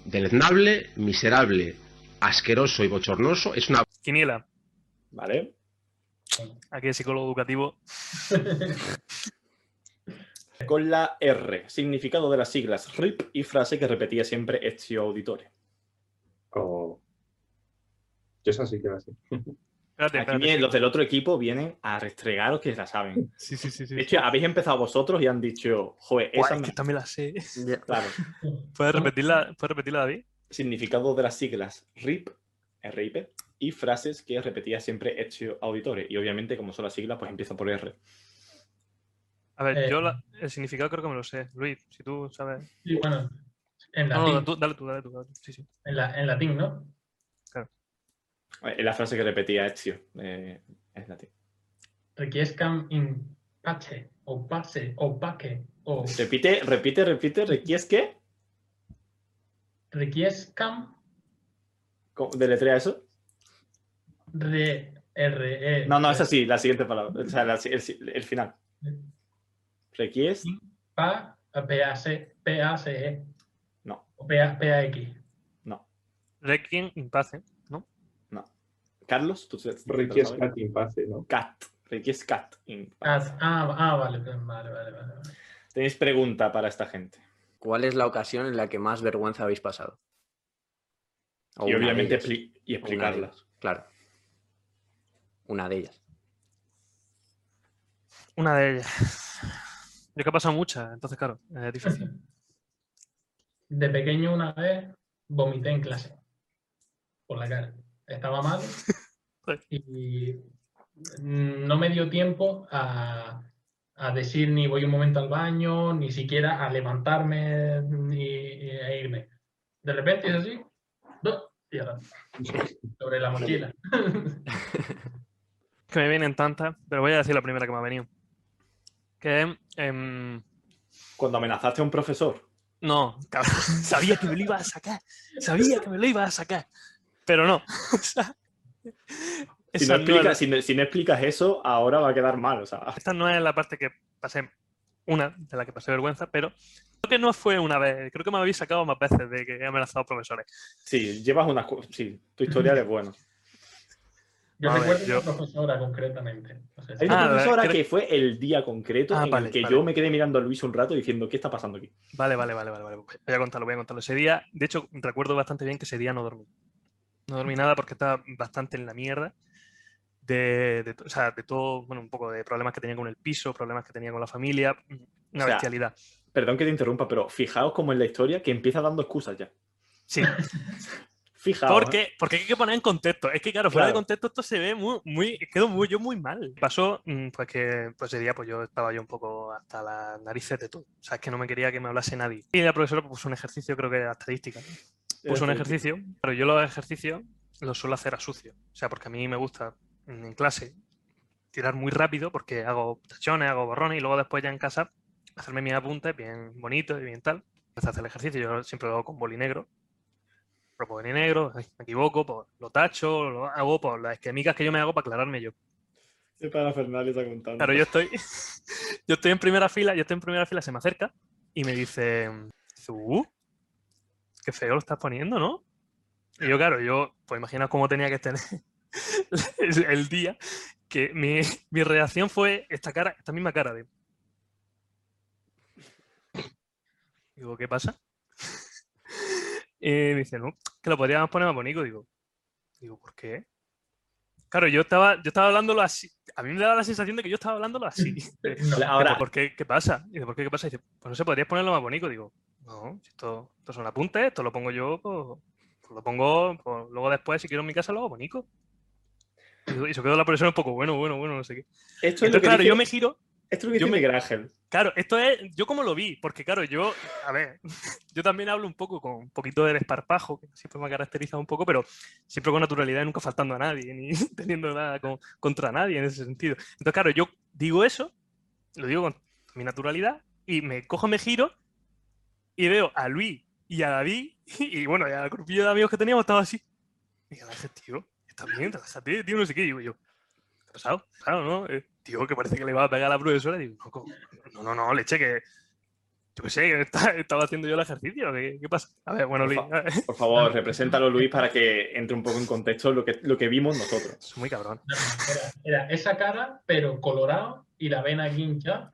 deleznable, miserable, asqueroso y bochornoso, es una Quiniela, ¿Vale? aquí el psicólogo educativo. con la R, significado de las siglas RIP y frase que repetía siempre este auditore. O... Yo esa sí que la sé. Aquí Espérate, espérate. vienen los del otro equipo vienen a restregaros que la saben. Sí, sí, sí. sí. De hecho, habéis empezado vosotros y han dicho, joder, Guau, esa es me- que también la sé. Ya. Claro. ¿Puedes repetirla, ¿Puedes repetirla, David? Significado de las siglas RIP, RIP, y frases que repetía siempre Ezio Auditore. Y obviamente, como son las siglas, pues empieza por R. A ver, Eh. yo la- el significado creo que me lo sé. Luis, si tú sabes. Sí, bueno, en No, latín, no, tú- dale tú, dale tú. dale tú. Sí, sí. en, la- en latín, ¿no? Eh, Es la frase que repetía Ezio. eh, es latín. Requiescam in pace, o pace, o paque, o Repite, repite, repite, requies que. requiescam ¿Cómo- ¿Deletrea eso? re, r, e. No, no, es así, la siguiente palabra. O sea, la- el, el final. Requies. Pa, p, a, c, p, a, c, e. No. O p, a, P, A, x. Requiem in pace. Carlos, tú te- te lo Ricky es sabes. Katin Pace, ¿no? Cat. Requies cat. in- Ah, ah, ah, vale, vale, vale, vale. vale. Tenéis pregunta para esta gente. ¿Cuál es la ocasión en la que más vergüenza habéis pasado? O y una de obviamente ellas, o expli- y una de explicarla. ellas, Claro. Una de ellas. Una de ellas. Yo que he pasado muchas, entonces, claro, es difícil. De pequeño una vez vomité en clase. Por la cara. Estaba mal. y mm, no me dio tiempo a, a decir ni voy un momento al baño, ni siquiera a levantarme ni y a irme. De repente hice así. ¡bup! y ahora, Sobre la mochila. que me vienen tantas, pero voy a decir la primera que me ha venido. Que em, Cuando amenazaste a un profesor. no, cabrón, sabía que me lo iba a sacar. Sabía que me lo iba a sacar. Pero no. o sea, Si esa no, no era- explicas, si no- si no explicas eso, ahora va a quedar mal. O sea, Esta no es la parte que pasé, una de la que pasé vergüenza, pero creo que no fue una vez. Creo que me habéis sacado más veces de que he amenazado a profesores. sí, llevas unas. cu- Sí, tu historial es bueno. Yo A ver, recuerdo yo- una profesora concretamente. No sé si- Hay una Ah, la- profesora creo- que fue el día concreto Ah, en vale, el que vale. yo me quedé mirando a Luis un rato diciendo, ¿qué está pasando aquí? Vale, vale, vale, vale, vale. Voy a contarlo, voy a contarlo. Ese día, de hecho, recuerdo bastante bien que ese día no dormí. No dormí nada porque estaba bastante en la mierda de, de to- o sea, de todo, bueno, un poco de problemas que tenía con el piso, problemas que tenía con la familia, una O sea, bestialidad. Perdón que te interrumpa, pero fijaos como en la historia que empieza dando excusas ya. Sí, Fijaos. ¿eh? porque, porque hay que poner en contexto. Es que, claro, fuera de Claro. contexto esto se ve muy, muy, quedó muy, yo muy mal. Pasó, mm, pues que pues ese día pues yo estaba yo un poco hasta las narices de todo. O sea, es que no me quería que me hablase nadie. Y la profesora puso un ejercicio, creo que era estadística. Puso pues un Era así. ejercicio, pero yo los ejercicios los suelo hacer a sucio. O sea, porque a mí me gusta mm, en clase tirar muy rápido porque hago tachones, hago borrones y luego después ya en casa hacerme mis apuntes bien bonitos y bien tal. Empecé a hacer el ejercicio, yo siempre lo hago con boli negro. Pero boli negro, ay, me equivoco, pues lo tacho, lo hago por las esquemicas que yo me hago para aclararme yo. Qué parafernalia está contando. Claro, yo estoy, yo estoy en primera fila, yo estoy en primera fila, se me acerca y me dice, dice, "Uh, qué feo lo estás poniendo, ¿no? Y yo, claro, yo, pues imagina cómo tenía que tener el, el día, que mi, mi reacción fue esta cara, esta misma cara de... Digo, ¿qué pasa? Y me dice, no, que lo podríamos poner más bonito, digo. Digo, ¿por qué? Claro, yo estaba, yo estaba hablándolo así. A mí me daba la sensación de que yo estaba hablándolo así. De- Ahora, Digo, ¿por qué? ¿Qué pasa? Y dice, ¿por qué? ¿Qué pasa? Y dice, pues no sé, podrías ponerlo más bonito. Digo, no, si esto, esto son apuntes, esto lo pongo yo, pues, pues lo pongo pues, luego después, si quiero en mi casa, lo hago bonito. Y, y se quedó la persona un poco, bueno, bueno, bueno, no sé qué. esto es lo Entonces, que claro, dice- yo me giro. esto es lo que yo dice me- Miguel Ángel. Claro, esto es, yo como lo vi, porque claro, yo, a ver, yo también hablo un poco con un poquito de desparpajo, que siempre me ha caracterizado un poco, pero siempre con naturalidad, nunca faltando a nadie, ni teniendo nada con- contra nadie en ese sentido. Entonces, claro, yo digo eso, lo digo con mi naturalidad, y me cojo, me giro, y veo a Luis y a David, y bueno, y al grupillo de amigos que teníamos, estaba así. Y yo, "Ángel, tío, está bien, te la has tío, no sé qué. Y digo yo, ¿qué ha pasado? Claro, ¿no? Eh, tío, que parece que le va a pegar a la profesora. Digo, no, co- no, no, no, leche, que. Yo qué sé, que está- estaba haciendo yo el ejercicio. ¿Qué, qué pasa? A ver, bueno, Por Luis, fa- Por favor, represéntalo, Luis, para que entre un poco en contexto lo que, lo que vimos nosotros. es muy cabrón. No, Era, era esa cara, pero colorado y la vena aquí hinchada.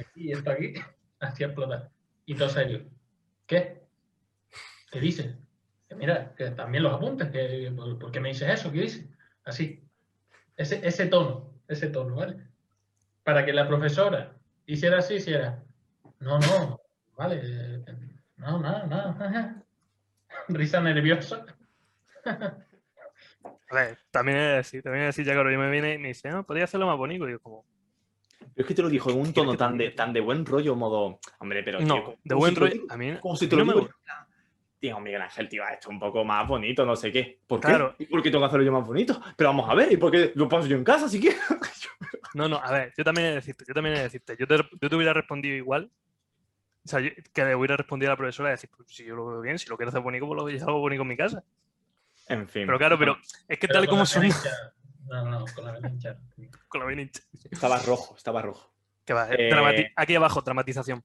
Aquí, esto aquí. hacía explotar. Y todo serio. ¿Qué? ¿Qué dices? Que mira, que también los apuntes. Que, ¿por, por qué me dices eso? ¿Qué dices? Así. Ese, ese tono, ese tono, ¿vale? Para que la profesora hiciera así, hiciera. No, no, vale. eh, No, no, no. ajá". Risa nerviosa. A ver, también es decir, también es decir, ya que ahora me viene y me dice, no, podría hacerlo más bonito. Y yo como, Pero es que te lo dijo en un tono tan de, tan de buen rollo, modo. Hombre, pero. tío, no, ¿cómo si de buen te lo rollo, digo? a mí, Como si a te mí lo no me digo gusta. yo. Tío, Miguel Ángel, tío, esto es un poco más bonito, no sé qué. ¿Por qué? Claro. ¿Y por qué tengo que hacerlo yo más bonito? Pero vamos a ver, ¿y por qué lo paso yo en casa si quieres? No, no, a ver, yo también he de decirte, yo también he de decirte, yo te, yo te hubiera respondido igual, o sea, yo- que le hubiera respondido a la profesora y decir, pues, si yo lo veo bien, si lo quiero hacer bonito, pues lo yo hago bonito en mi casa. En fin. Pero claro, pero es que Pero tal y con la como son, cara hinchada. No, no, con la cara hinchada. con la vaina hincha- Estaba rojo, estaba rojo. que va, Eh, dramati- aquí abajo, dramatización.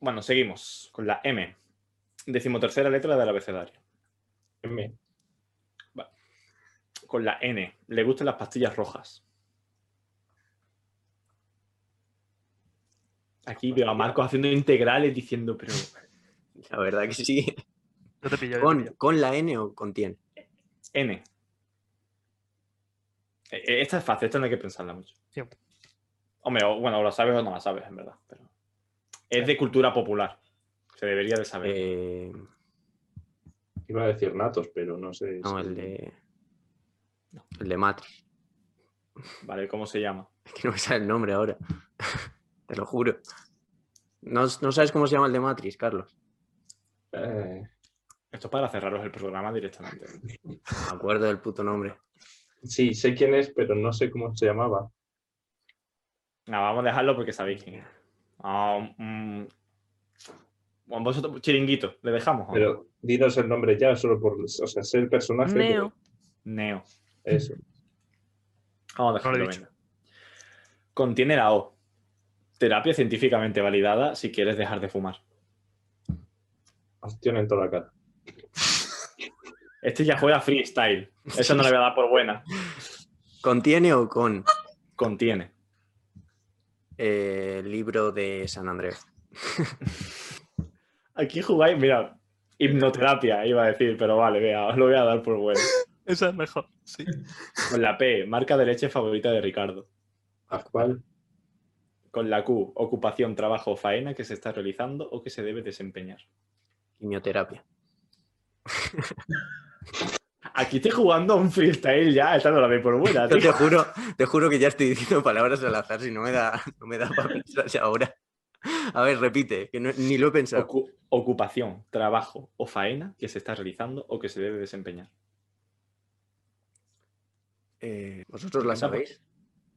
Bueno, seguimos con la M. Decimotercera letra del abecedario. M. Con la N. Le gustan las pastillas rojas. Aquí veo a Marcos haciendo integrales diciendo, pero. La verdad que sí. Yo te pillo, yo te ¿Con, pillo. con la N o con tiene? N. E- e- Esta es fácil, esta no hay que pensarla mucho. Sí. Hombre, o- bueno, o la sabes o no la sabes, en verdad. pero- Es de cultura popular. Se debería de saber. Eh, Iba a decir natos, pero no sé. no, si- el de. El de Matrix. Vale, ¿cómo se llama? Es que no me sale el nombre ahora. Te lo juro. No, no sabes cómo se llama el de Matrix, Carlos. Eh, Esto es para cerraros el programa directamente. No Me acuerdo del puto nombre. sí, sé quién es, pero no sé cómo se llamaba. No, vamos a dejarlo porque sabéis quién es. Ah, mm, bueno, vosotros, chiringuito, le Oh. dejamos. o no? Pero dinos el nombre ya, solo por. O sea, sé el personaje. pero Neo. Eso. Vamos a No lo he dejarlo. dicho. venga. Contiene la O. Terapia científicamente validada si quieres dejar de fumar. Acción en toda la cara. Este ya juega freestyle. Eso no le voy a dar por buena. ¿Contiene o con Contiene. eh, el libro de San Andrés? Aquí jugáis, mira, hipnoterapia, iba a decir, pero vale, vea, os lo voy a dar por bueno. Esa es mejor, sí. Con la P, marca de leche favorita de Ricardo. ¿A cuál? Con la Q, ocupación, trabajo o faena que se está realizando o que se debe desempeñar. Quimioterapia. Aquí estoy jugando a un freestyle ya, esta no la doy por buena, Yo tío. te juro, te juro que ya estoy diciendo palabras al azar si no me da, no me da para pensar ya ahora. A ver, repite, que no- ni lo he pensado. Ocu- ocupación, trabajo o faena que se está realizando o que se debe desempeñar. Eh, ¿Vosotros la sabéis? pues,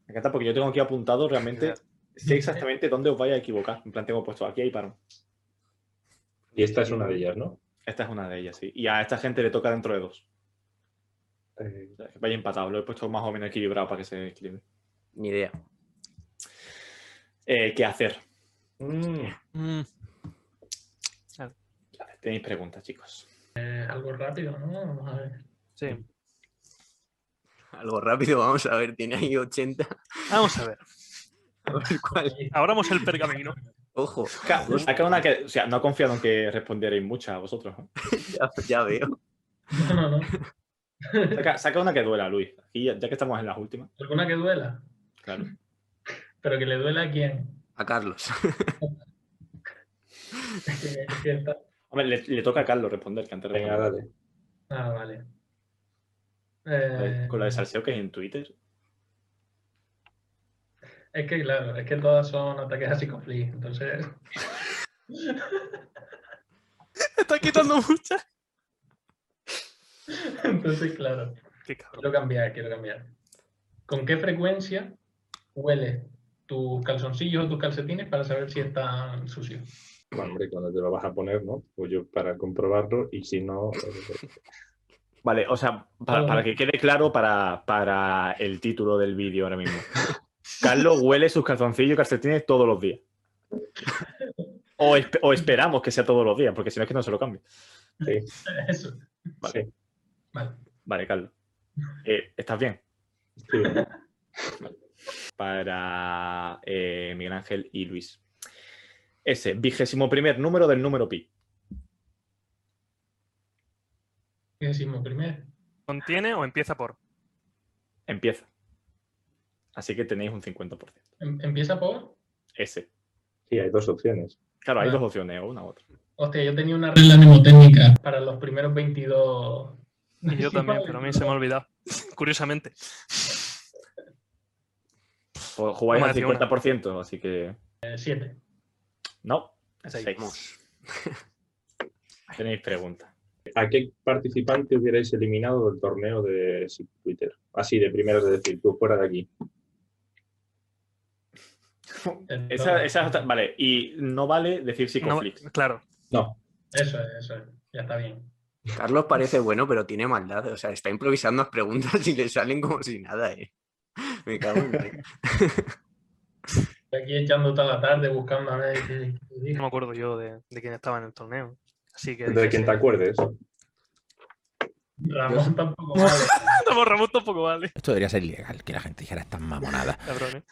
Me encanta porque yo tengo aquí apuntado realmente, sé exactamente dónde os vais a equivocar. En plan, tengo puesto aquí y paro. Y esta es una de ellas, ¿no? Esta es una de ellas, sí. Y a esta gente le toca dentro de dos. Eh, O sea, que Vaya empatado, lo he puesto más o menos equilibrado para que se equilibre. Ni idea. Eh, ¿Qué hacer? Mm, Tenéis preguntas, chicos. Eh, algo rápido, ¿no? Vamos a ver. sí. Algo rápido, vamos a ver, tiene ahí 80. Vamos a ver, A ver cuál. abramos el pergamino. Ojo, Ca- Acá una que, o sea, no he confiado en que respondierais muchas a vosotros. ¿eh? ya, ya veo. No, no, no. Saca, saca una que duela, Luis. Aquí ya, ya que estamos en las últimas. ¿Alguna que duela? Claro. ¿Pero que le duela a quién? A Carlos. Que- que está- Hombre, le, le toca a Carlos responder, que antes Venga, respondía. dale. Ah, vale. Eh, Con la de Salseo que es en Twitter. Es que claro, es que todas son ataques así con flick, entonces. Está quitando mucha. Entonces, claro. Qué cabrón. Quiero cambiar, quiero cambiar. ¿Con qué frecuencia hueles tus calzoncillos o tus calcetines para saber si están sucios? Bueno, hombre, cuando te lo vas a poner, ¿no? Pues yo para comprobarlo y si no. eh, Vale, o sea, para, para Vale, vale. que quede claro para, para el título del vídeo ahora mismo. Carlos huele sus calzoncillos y calcetines todos los días. O, espe- o esperamos que sea todos los días, porque si no es que no se lo cambie. Eso. Vale. sí, Vale. Vale, Carlos. Eh, ¿Estás bien? sí. Para eh, Miguel Ángel y Luis. ese vigésimo primer número del número pi. Vigésimo primer. ¿Contiene o empieza por? Empieza. Así que tenéis un 50%. Em- Empieza por. Ese. Sí, hay dos opciones. Claro, hay Ah. dos opciones, o una u otra. Hostia, yo tenía una regla mnemotécnica para los primeros 22. Y yo también, pero a mí se me ha olvidado. Curiosamente. O Pues Jugáis Vamos a al decir una. 50%, así que. 7. No. Seis. Seis. Tenéis preguntas. ¿A qué participante hubierais eliminado del torneo de Twitter? Así, de primeras de decir, tú fuera de aquí. Esa, esa es otra- Vale, y no vale decir No, psicoflix. claro. No, Eso es, eso es. Ya está bien. Carlos parece bueno, pero tiene maldad. O sea, está improvisando las preguntas y le salen como si nada, eh. Me cago en la- Estoy aquí echando toda la tarde buscando a ver qué qué No dijo. me acuerdo yo de, de quién estaba en el torneo. Así que. de dije, quien te sí. acuerdes. Ramón tampoco vale. No, Ramón tampoco vale. Esto debería ser ilegal, que la gente dijera estas mamonadas. Cabrón, ¿eh?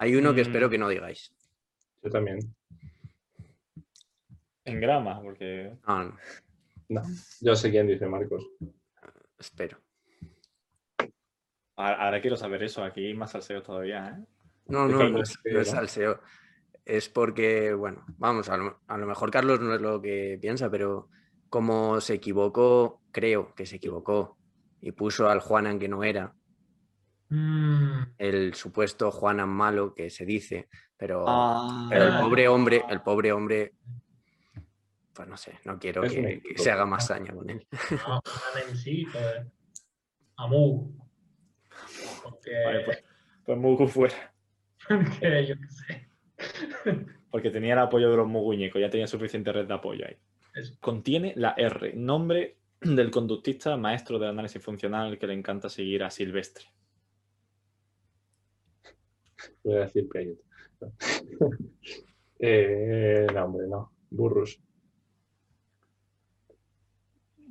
Hay uno que Mm. espero que no digáis. Yo también. En grama, porque. No, no, No, yo sé quién dice Marcos. espero. Ahora, ahora quiero saber eso. Aquí hay más salseos todavía, ¿eh? No, Es no, que hay no es, no es salseo, ¿no? salseo. Es porque, bueno, vamos, a lo, a lo mejor Carlos no es lo que piensa, pero como se equivocó, creo que se equivocó y puso al Juanan que no era, Mm, el supuesto Juanan malo que se dice, pero, Ah, pero el pobre hombre, el pobre hombre, pues no sé, no quiero Es un que, que equivoco. se haga más daño con él. no, Juan en sí, pues. Amu. Porque, Vale, pues, pues Mugu fuera. porque yo qué sé. Porque tenía el apoyo de los Muguñecos, ya tenía suficiente red de apoyo ahí. Eso. Contiene la R, nombre del conductista maestro del análisis funcional que le encanta seguir a Silvestre. Voy a decir Playet. eh, no, hombre, no. Burrus.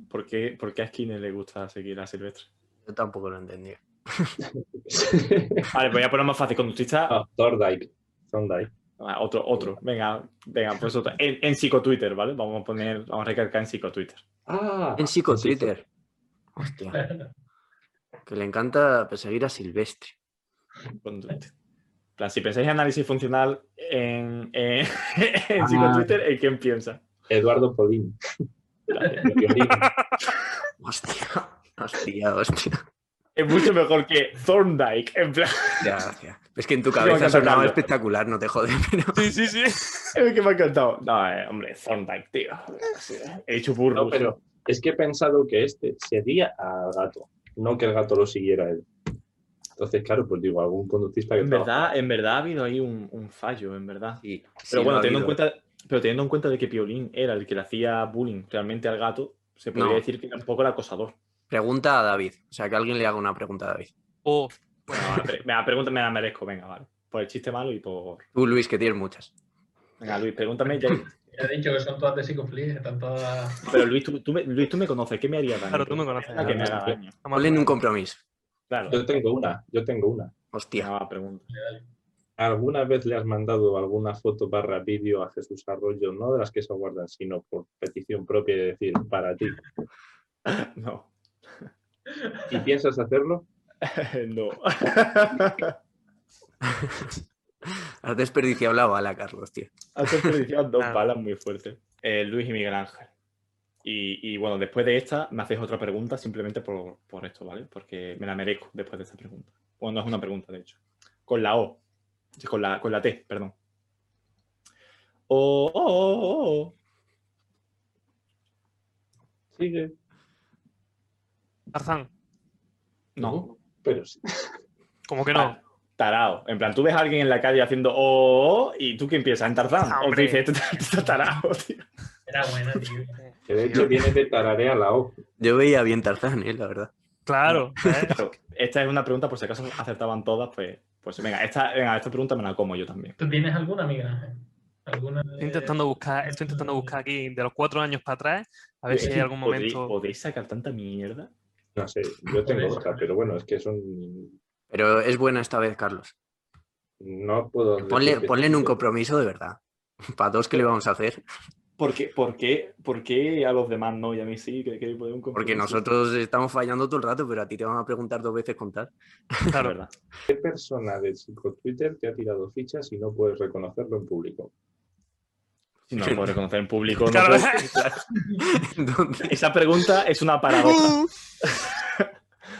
¿Por qué, por qué a Skinner le gusta seguir a Silvestre? Yo tampoco lo entendí. Vale, pues voy a poner más fácil. Conductista, no, Thorndike. Thorndike. Ah, otro, otro. Venga, venga, pues otro. En, en psicotwitter, ¿vale? Vamos a poner, vamos a recalcar en psicotwitter. Ah, En psico sí, sí, sí. Twitter. Eh. Hostia, que le encanta perseguir a Silvestre. Conductista. En plan, si pensáis en análisis funcional en, en, en Ah. psicotwitter, ¿en quién piensa? Eduardo Podín. El violín. Hostia, hostia, hostia. Es mucho mejor que Thorndike. En plan, Ya, hostia. Es que en tu me cabeza encanta sonaba Carlos. espectacular, no te jode, pero. Sí, sí, sí. es que me ha encantado. No, eh, hombre, Thorndike, tío. He hecho burro. No, pero es que he pensado que este seguía al gato, no que el gato lo siguiera a él. Entonces, claro, pues digo, algún conductista que En verdad, en verdad ha habido ahí un, un fallo, en verdad. Sí, sí Pero lo bueno, ha teniendo en habido. cuenta, pero teniendo en cuenta de que Piolín era el que le hacía bullying realmente al gato, se podría No. decir que era un poco el acosador. Pregunta a David. O sea, que alguien le haga una pregunta a David. O Bueno, vale, pre- venga, pregunta Ah, me la merezco, venga, vale. Por el chiste malo y por. Tú, Luis, que tienes muchas. Venga, Luis, pregúntame. ya- Ya he dicho que son todas de psicoflix, están todas. Pero Luis tú, tú me, Luis, tú me conoces, ¿qué me haría daño? Claro, tú me conoces. Pregunta que me haga daño. vamos a- Ponle en un compromiso. Claro. Yo tengo una, yo tengo una. Hostia. Venga, va, pregunta. ¿Alguna vez le has mandado alguna foto barra vídeo a Jesús Arroyo? No de las que se guardan, sino por petición propia de decir, para ti. No. ¿Y piensas hacerlo? no. Has desperdiciado la bala, Carlos, tío. Has desperdiciado dos Ah. balas muy fuertes. Eh, Luis y Miguel Ángel. Y, y bueno, después de esta, me haces otra pregunta simplemente por, por esto, ¿vale? Porque me la merezco después de esta pregunta. Bueno, no es una pregunta, de hecho. Con la O. Sí, Con la, con la T, perdón. O, o, o, o, o. Sigue. Tarzán. No. Pero sí. Como que no. Ah, Tarao. En plan, tú ves a alguien en la calle haciendo o, o, o, y tú que empiezas en Tarzán. O tú Ah, Hombre. dices, "Este- este está tarao, tío. Era buena, tío. Que de hecho viene de tararea la O. Yo veía bien Tarzán, eh, la verdad. Claro. ¿eh? Claro, esta es una pregunta, por si acaso acertaban todas, pues, pues venga, esta, venga, esta pregunta me la como yo también. ¿Tú tienes alguna, Miguel Ángel? ¿Alguna de- Estoy intentando buscar, estoy intentando buscar aquí de los cuatro años para atrás, a ver si hay algún ¿Podéis- momento. ¿Podéis sacar tanta mierda? No sé, yo tengo otra, pero bueno, es que son. Pero es buena esta vez, Carlos. No puedo. decir Ponle, que ponle en un sí. compromiso de verdad. Para dos, ¿qué le vamos a hacer? ¿Por qué, por, qué, ¿Por qué a los demás no y a mí sí? Que, que puede un Porque compromiso? nosotros estamos fallando todo el rato, pero a ti te van a preguntar dos veces contar. Claro. ¿Qué persona de psico Twitter te ha tirado fichas y no puedes reconocerlo en público? Si no lo puedo reconocer en público, no Claro. puedo- Esa pregunta es una paradoja.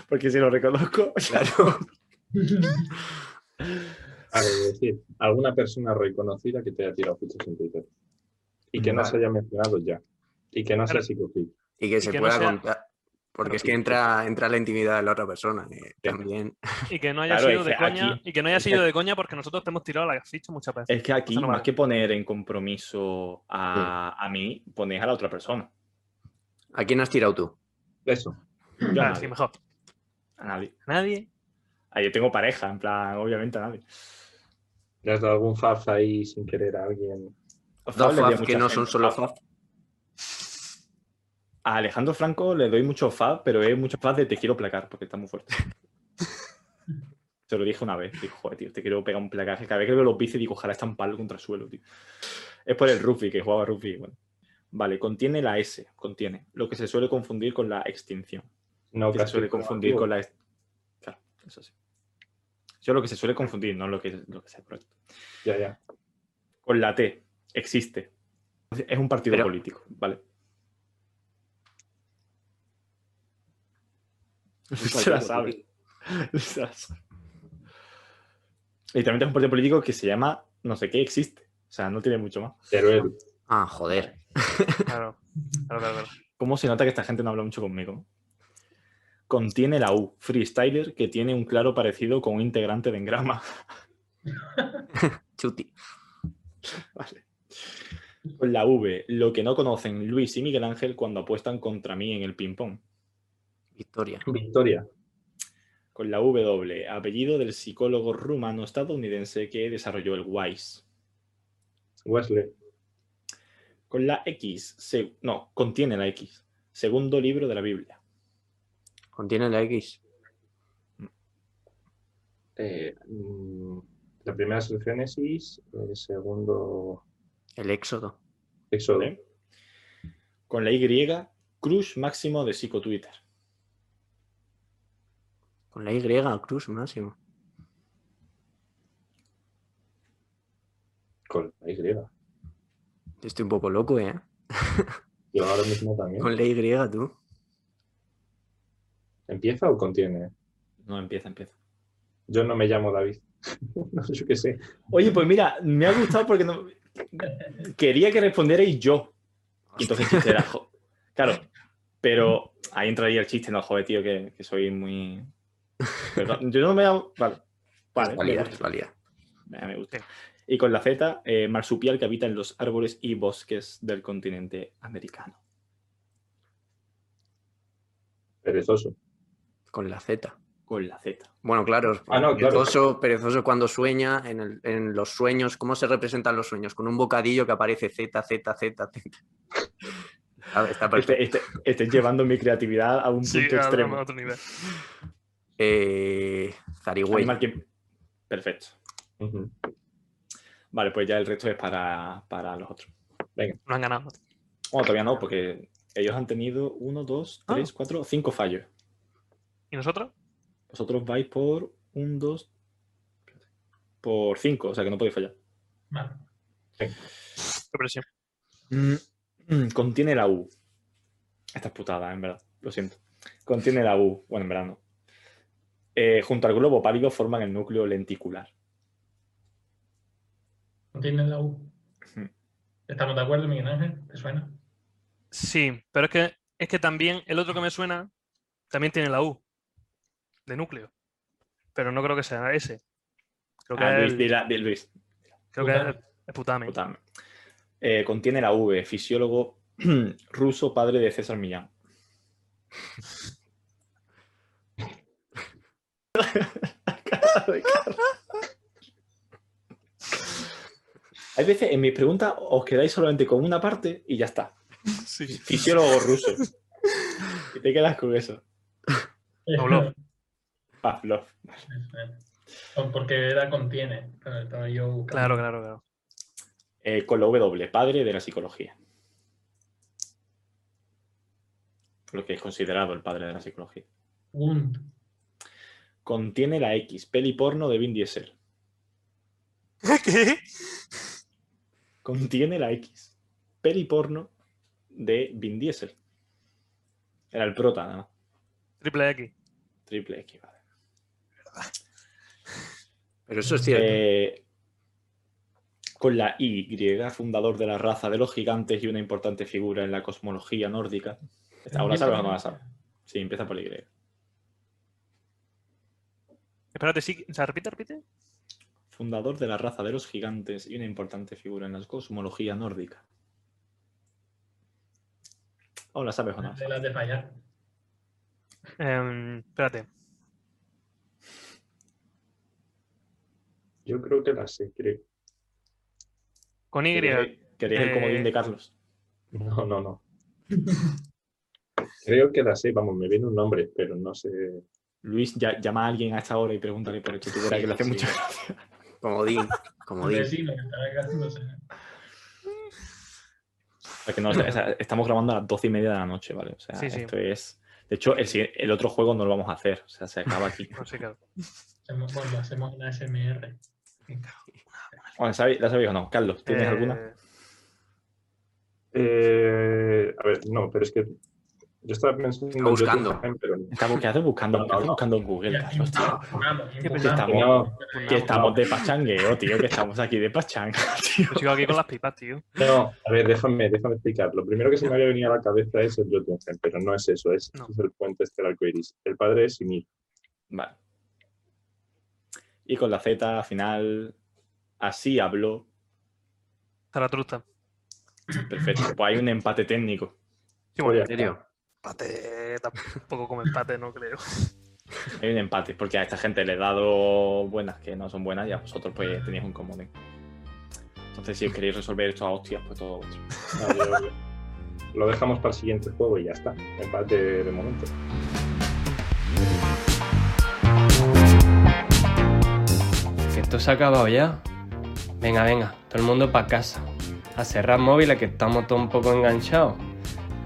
Porque si lo reconozco, claro. A ver, es decir, alguna persona reconocida que te haya tirado fichas en Twitter. Y que no Vale. se haya mencionado ya. Y que no sea psicofit. Y que se que no pueda sea- contar. Porque es que entra, entra la intimidad de la otra persona. eh, también. Y que no haya pues, Claro, sido es de que aquí- coña, y que no haya sido de coña porque nosotros te hemos tirado la ficha muchas veces. Es que aquí, Entonces no más vale. que poner en compromiso a, a mí, ponéis a la otra persona. ¿A quién has tirado tú? Eso. Yo a Ah, sí, nadie. mejor. A nadie. Nadie. Ah, yo tengo pareja, en plan, obviamente a nadie. ¿Le has dado algún faz ahí sin querer a alguien? Fab Dos le di a fab mucha que no son gente, solo fab. fab. A Alejandro Franco le doy mucho fab, pero es mucho fab de te quiero placar, porque está muy fuerte. Se lo dije una vez, dijo, joder, tío, te quiero pegar un placaje. Cada vez que veo los bici digo, ojalá estamparlo contra el suelo, tío. Es por el rugby, que jugaba rugby. Bueno. Vale, contiene la S, contiene. Lo que se suele confundir con la extinción. No, que se suele confundir con la... ex- Claro, eso sí. Yo lo que se suele confundir, no lo que, lo que sea correcto. Ya, ya. Con la T, existe. Es un partido Pero- político, ¿vale? Se la sabe. Se la sabe. Literalmente es un partido político que se llama no sé qué existe. O sea, no tiene mucho más. Pero él, Ah, joder. Claro. Claro, claro, claro. ¿Cómo se nota que esta gente no habla mucho conmigo? no? Contiene la U, freestyler, que tiene un claro parecido con un integrante de engrama. Chuti. Vale. Con la V, lo que no conocen Luis y Miguel Ángel cuando apuestan contra mí en el ping-pong. Victoria. Victoria. Con la W, apellido del psicólogo rumano estadounidense que desarrolló el WISE. Wesley. Con la X, se- no, contiene la X. Segundo libro de la Biblia. Contiene la X. Eh, mm, la primera es el Génesis, el segundo El éxodo. Éxodo. ¿Vale? Con la Y, crush máximo de psicotwitter. Con la Y, Cruz máximo. Con la Y. Estoy un poco loco, ¿eh? Yo ahora mismo también. Con la Y, tú. ¿Empieza o contiene? No, empieza, empieza. Yo no me llamo David. no sé, yo qué sé. Oye, pues mira, me ha gustado porque no... quería que respondierais yo. Y entonces el chiste era, jo- claro, pero ahí entraría el chiste, no, joder, tío, que, que soy muy... Pero no- yo no me hago... Vale, vale, me Valía, gusta, es valía. me- me gusta. Y con la Z, eh, marsupial que habita en los árboles y bosques del continente americano. Perezoso. Con la Z. Con la Z. Bueno, claro, Ah, no, claro. perezoso, perezoso cuando sueña, en, el- en los sueños, ¿cómo se representan los sueños? Con un bocadillo que aparece Z, Z, Z, Z. A ver, está perfecto. Este, este- este llevando mi creatividad a un Sí, punto a- a extremo. otro nivel. Eh, zarigüeya. Animal que- Perfecto. Ujú. Vale, pues ya el resto es para, para los otros. No han ganado. Bueno, todavía no, porque ellos han tenido uno, dos, Ah. tres, cuatro, cinco fallos. ¿Y nosotros? Vosotros vais por un, dos, por cinco, o sea que no podéis fallar. Vale. Qué presión. Mm, Contiene la U. Esta es putada, en verdad, lo siento. Contiene la U, bueno, en verdad no. Eh, junto al globo pálido forman el núcleo lenticular. Contiene la U. Ujú. ¿Estamos de acuerdo, Miguel Ángel? ¿Te suena? Sí, pero es que, es que también el otro que me suena también tiene la U de núcleo. Pero no creo que sea ese. Creo que Ah, es, Luis, el- de, la- de Luis. creo que es Putame. el putame. Putada. Eh, contiene la V, fisiólogo ruso, padre de César Millán. Hay veces en mis preguntas os quedáis solamente con una parte y ya está. Sí. Fisiólogo ruso. Y te quedas con eso. Pablo. Pavlov. Eso es. Porque era contiene. Pero estaba yo buscando. Claro, claro, claro. eh, con la W, padre de la psicología. Lo que es considerado el padre de la psicología. Wund. Contiene la X, peli porno de Vin Diesel. ¿Qué? Contiene la X, peli porno de Vin Diesel. Era el prota, nada más. Triple X. Triple X, vale. Pero eso es cierto. Eh, con la Y, fundador de la raza de los gigantes y una importante figura en la cosmología nórdica. ¿Aún la sabes o no la sabes? Sí, empieza por la Y. Espérate, sí. O sea, repite, repite. Fundador de la raza de los gigantes y una importante figura en la cosmología nórdica. ¿Aún la sabes o no? De las de fallar. Em, espérate. Yo creo que la sé, creo. Con Y. ¿Querías el eh, comodín de Carlos? No, no, no. Creo que la sé, vamos, me viene un nombre, pero no sé. Luis, ya- llama a alguien a esta hora y pregúntale por esto. Tú verás que le hace Sí. mucha gracia. Comodín, comodín. Vecino que estaba cagándose. O sea, que no, o sea, estamos grabando a las doce y media de la noche, ¿vale? O sea, Sí, sí. esto es. De hecho, el, sigui- el otro juego no lo vamos a hacer. O sea, se acaba aquí. No sé, claro. Hacemos, bueno, hacemos una SMR. Bueno, ¿sabe- ¿La sabéis o no? Carlos, ¿tienes Eh, alguna? Eh, a ver, no, pero es que yo estaba pensando. en buscando. Jotunheim, pero no. Estamos ¿qué haces buscando, No, ¿Qué haces no. buscando en Google, Ya, Carlos, tío. Vamos, pues Que ya, estamos, No, pues que nada, estamos de pachangueo, tío, que estamos aquí de pachanga, tío. Yo sigo aquí con las pipas, tío. no, a ver, déjame, déjame explicar. Lo primero que se me había venido a la cabeza es el Jotunheim, pero no es eso, es, No. es el puente este del arcoiris. El padre es Simir. Vale. Y con la Z final, así habló. Zaratrusta. Perfecto. Pues hay un empate técnico. Sí, bueno, ¿En serio? empate tampoco como empate, no creo. Hay un empate, porque a esta gente le he dado buenas que no son buenas y a vosotros pues tenéis un comodín. Entonces, si os queréis resolver esto a hostias, pues todo vuestro. No, yo- lo dejamos para el siguiente juego y ya está. Empate de momento. Que esto se ha acabado ya. Venga, venga, todo el mundo para casa. A cerrar móviles que estamos todos un poco enganchados.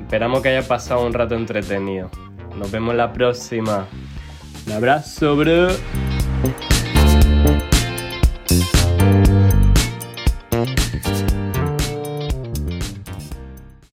Esperamos que haya pasado un rato entretenido. Nos vemos la próxima. Un abrazo, bro.